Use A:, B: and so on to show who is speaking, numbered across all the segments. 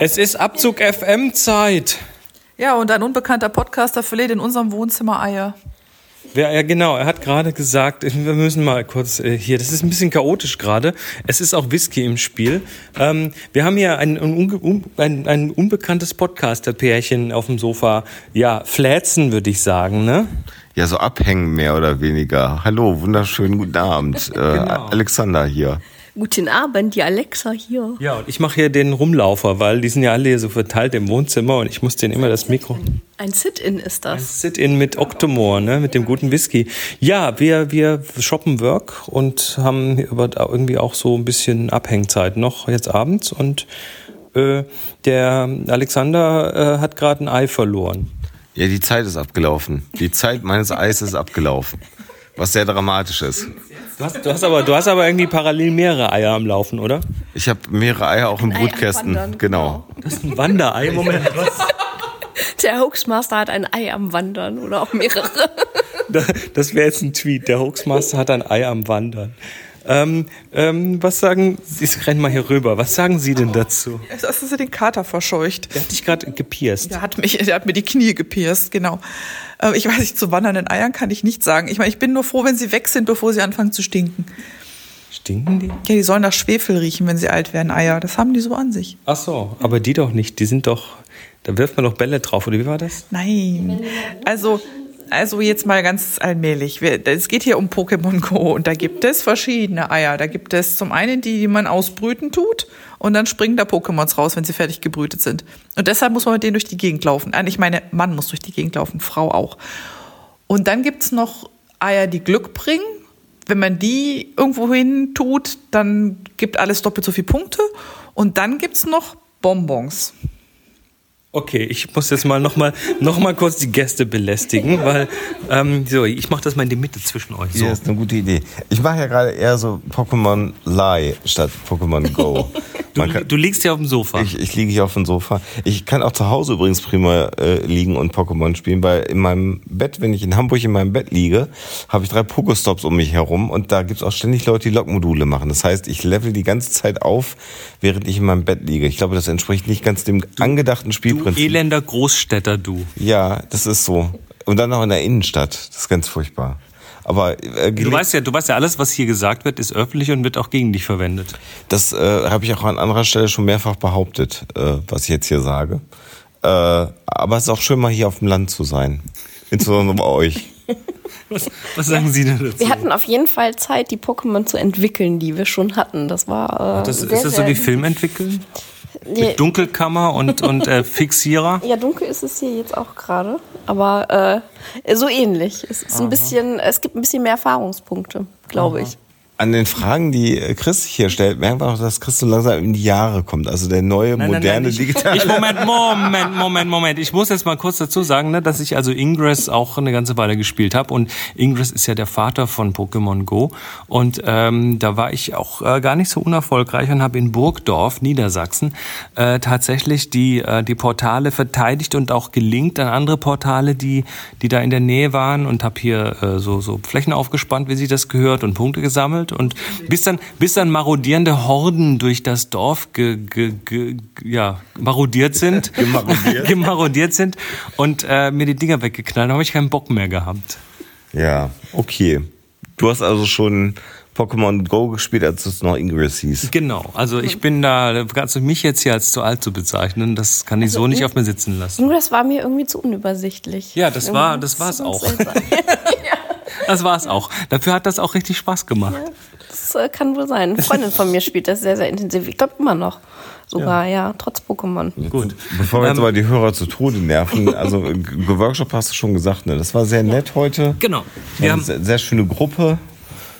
A: Es ist Abzug FM Zeit.
B: Ja, und ein unbekannter Podcaster verliert in unserem Wohnzimmer Eier.
A: Wer, ja, genau, er hat gerade gesagt, wir müssen mal kurz äh, hier, das ist ein bisschen chaotisch gerade. Es ist auch Whisky im Spiel. Ähm, wir haben hier ein, ein, unge- un, ein, ein unbekanntes Podcaster-Pärchen auf dem Sofa. Ja, flätzen würde ich sagen, ne?
C: Ja, so abhängen mehr oder weniger. Hallo, wunderschönen guten Abend. Äh, Alexander hier.
D: Guten Abend, die Alexa hier.
A: Ja, und ich mache hier den Rumlaufer, weil die sind ja alle hier so verteilt im Wohnzimmer und ich muss denen immer das Mikro.
D: Ein Sit-In ist das.
A: Sit-in mit Octomore, ne, mit dem guten Whisky. Ja, wir, wir shoppen Work und haben hier aber da irgendwie auch so ein bisschen Abhängzeit noch jetzt abends und äh, der Alexander äh, hat gerade ein Ei verloren.
C: Ja, die Zeit ist abgelaufen. Die Zeit meines Eis ist abgelaufen. Was sehr dramatisch ist.
A: Du hast, du hast aber, du hast aber irgendwie parallel mehrere Eier am Laufen, oder?
C: Ich habe mehrere Eier auch im
D: Ei
C: Brutkästen.
D: abwandern,
C: Genau.
A: Das ist ein Wanderei. Moment, was?
D: Der Hoaxmaster hat ein Ei am Wandern oder auch mehrere.
A: Das wäre jetzt ein Tweet. Der Hoaxmaster hat ein Ei am Wandern. Ähm, ähm, was sagen Sie? Ich renn mal hier rüber. Was sagen Sie denn dazu?
B: Das ist den Kater verscheucht.
A: Der hat dich gerade gepierst.
B: Der hat, mich, der hat mir die Knie gepierst, genau. Äh, Ich weiß nicht, zu wandernden Eiern kann ich nichts sagen. Ich meine, ich bin nur froh, wenn sie weg sind, bevor sie anfangen zu stinken.
A: Stinken die?
B: Ja, die sollen nach Schwefel riechen, wenn sie alt werden, Eier. Das haben die so an sich.
A: Ach so, aber die doch nicht. Die sind doch. Da wirft man doch Bälle drauf, oder wie war das?
B: Nein. Also, also jetzt mal ganz allmählich. Wir- Es geht hier um Pokémon Go und da gibt es verschiedene Eier. Da gibt es zum einen die, die man ausbrüten tut und dann springen da Pokémons raus, wenn sie fertig gebrütet sind. Und deshalb muss man mit denen durch die Gegend laufen. Nein, Ich meine, Mann muss durch die Gegend laufen, Frau auch. Und dann gibt es noch Eier, die Glück bringen. Wenn man die irgendwo hin tut, dann gibt alles doppelt so viele Punkte. Und dann gibt es noch Bonbons.
A: Okay, ich muss jetzt mal nochmal noch mal kurz die Gäste belästigen, weil. Ähm, so, ich mache das mal in die Mitte zwischen euch. So.
C: Ja, ist eine gute Idee. Ich mache ja gerade eher so Pokémon Lie statt Pokémon Go. Man
A: Du,
C: kann,
A: du liegst ja auf dem Sofa.
C: ich, ich liege hier auf dem Sofa. Ich kann auch zu Hause übrigens prima äh, liegen und Pokémon spielen, weil in meinem Bett, wenn ich in Hamburg in meinem Bett liege, habe ich drei Pokestops um mich herum und da gibt's auch ständig Leute, die Lokmodule machen. Das heißt, ich level die ganze Zeit auf, während ich in meinem Bett liege. Ich glaube, das entspricht nicht ganz dem angedachten
A: du
C: Spielprinzip.
A: elender Großstädter, du.
C: Ja, das ist so. Und dann noch in der Innenstadt. Das ist ganz furchtbar. Aber äh,
A: Du weißt ja, du weißt ja, alles, was hier gesagt wird, ist öffentlich und wird auch gegen dich verwendet.
C: das äh, habe ich auch an anderer Stelle schon mehrfach behauptet, äh, was ich jetzt hier sage. Äh, aber es ist auch schön, mal hier auf dem Land zu sein. Insbesondere bei euch.
A: Was, was sagen Sie denn dazu?
D: Wir hatten auf jeden Fall Zeit, die Pokémon zu entwickeln, die wir schon hatten. Das war. Äh,
A: das,
D: sehr,
A: ist das so
D: sehr-
A: wie Film entwickeln?
D: Nee,
A: Mit Dunkelkammer und, und äh, Fixierer?
D: ja, dunkel ist es hier jetzt auch gerade. Aber äh, so ähnlich. Es ist ein bisschen, es gibt ein bisschen mehr Erfahrungspunkte, glaube ich.
C: An den Fragen, die äh, Chris sich hier stellt, merkt man auch, dass Chris so langsam in die Jahre kommt. Also der neue,
A: Nein, nein,
C: moderne,
A: nein, ich,
C: digitale.
A: Ich, Moment, Moment, Moment, Moment. Ich muss jetzt mal kurz dazu sagen, ne, dass ich also Ingress auch eine ganze Weile gespielt habe. Und Ingress ist ja der Vater von Pokémon Go. Und ähm, da war ich auch äh, gar nicht so unerfolgreich und habe in Burgdorf, Niedersachsen, äh, tatsächlich die, äh, die Portale verteidigt und auch gelinkt an andere Portale, die, die da in der Nähe waren. Und habe hier äh, so, so Flächen aufgespannt, wie sie das gehört, und Punkte gesammelt. Und bis dann, bis dann marodierende Horden durch das Dorf ge, ge, ge, ja, marodiert sind.
C: Gemarodiert.
A: gemarodiert sind und äh, mir die Dinger weggeknallt, habe ich keinen Bock mehr gehabt.
C: Ja, okay. Du hast also schon Pokémon Go gespielt, als es noch Ingress hieß.
A: Genau, also ich bin da, kannst du mich jetzt hier als zu alt zu bezeichnen, das kann ich so nicht auf mir sitzen lassen.
D: Nur das war mir irgendwie zu unübersichtlich.
A: Ja, das war- das war's
D: ist ganz
A: auch.
D: seltsam.
A: Das war's auch. Dafür hat das auch richtig Spaß gemacht.
D: Das äh, kann wohl sein. Eine Freundin von mir spielt das sehr, sehr intensiv. Ich glaube immer noch. Sogar, ja, trotz Pokémon.
A: Gut. Ähm.
C: Bevor wir jetzt aber die Hörer zu Tode nerven, also äh, G- Workshop hast du schon gesagt, ne? das war sehr nett heute.
A: Genau.
C: Wir
A: Wir
C: haben
A: haben-
C: eine sehr, sehr schöne Gruppe.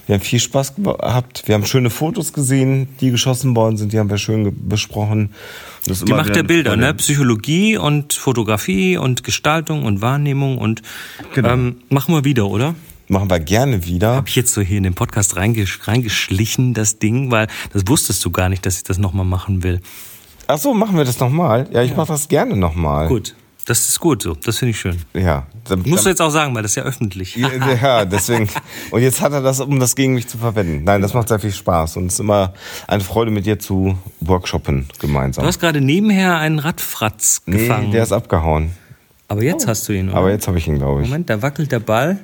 C: Wir haben viel Spaß gehabt. Wir haben schöne Fotos gesehen, die geschossen worden sind. Die haben wir schön ge- besprochen. Das ist
A: Die
C: immer
A: macht
C: wieder
A: ja
C: eine
A: Bilder,
C: Freude.
A: ne? Psychologie und Fotografie und Gestaltung und Wahrnehmung und
C: Genau.
A: ähm, machen wir wieder, oder?
C: Machen wir gerne wieder.
A: Hab ich jetzt so hier in den Podcast reingesch reingeschlichen, das Ding, weil das wusstest du gar nicht, dass ich das nochmal machen will.
C: Ach so, machen wir das nochmal. Ja, ich mache das gerne nochmal.
A: Gut. Das ist gut so, das finde ich schön.
C: Ja, dann,
A: Musst du
C: dann,
A: jetzt auch sagen, weil das ist ja öffentlich.
C: ja, deswegen. Und jetzt hat er das, um das gegen mich zu verwenden. Nein, das macht sehr viel Spaß und es ist immer eine Freude, mit dir zu workshoppen gemeinsam.
A: Du hast gerade nebenher einen Radfratz
C: nee,
A: gefangen.
C: der ist abgehauen.
A: aber jetzt hast du ihn. oder?
C: Aber jetzt habe ich ihn, glaube ich.
A: Moment, da wackelt der Ball.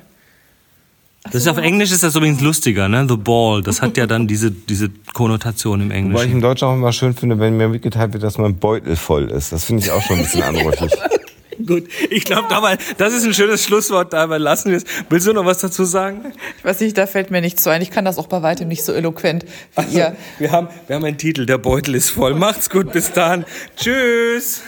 A: Das ist auf Englisch ist das übrigens lustiger, ne? The ball. Das hat ja dann diese, diese Konnotation im
C: Weil ich
A: Englischen.
C: im Deutschen auch immer schön finde, wenn mir mitgeteilt wird, dass mein Beutel voll ist. Das finde ich auch schon ein bisschen anrüchig.
A: Gut, ich glaube, dabei, das ist ein schönes Schlusswort, dabei lassen wir es. Willst du noch was dazu sagen?
B: Ich weiß nicht, da fällt mir nichts zu ein. Ich kann das auch bei weitem nicht so eloquent wie
A: Also,
B: ihr.
A: Wir haben, wir haben einen Titel, der Beutel ist voll. Macht's gut, bis dann. Tschüss.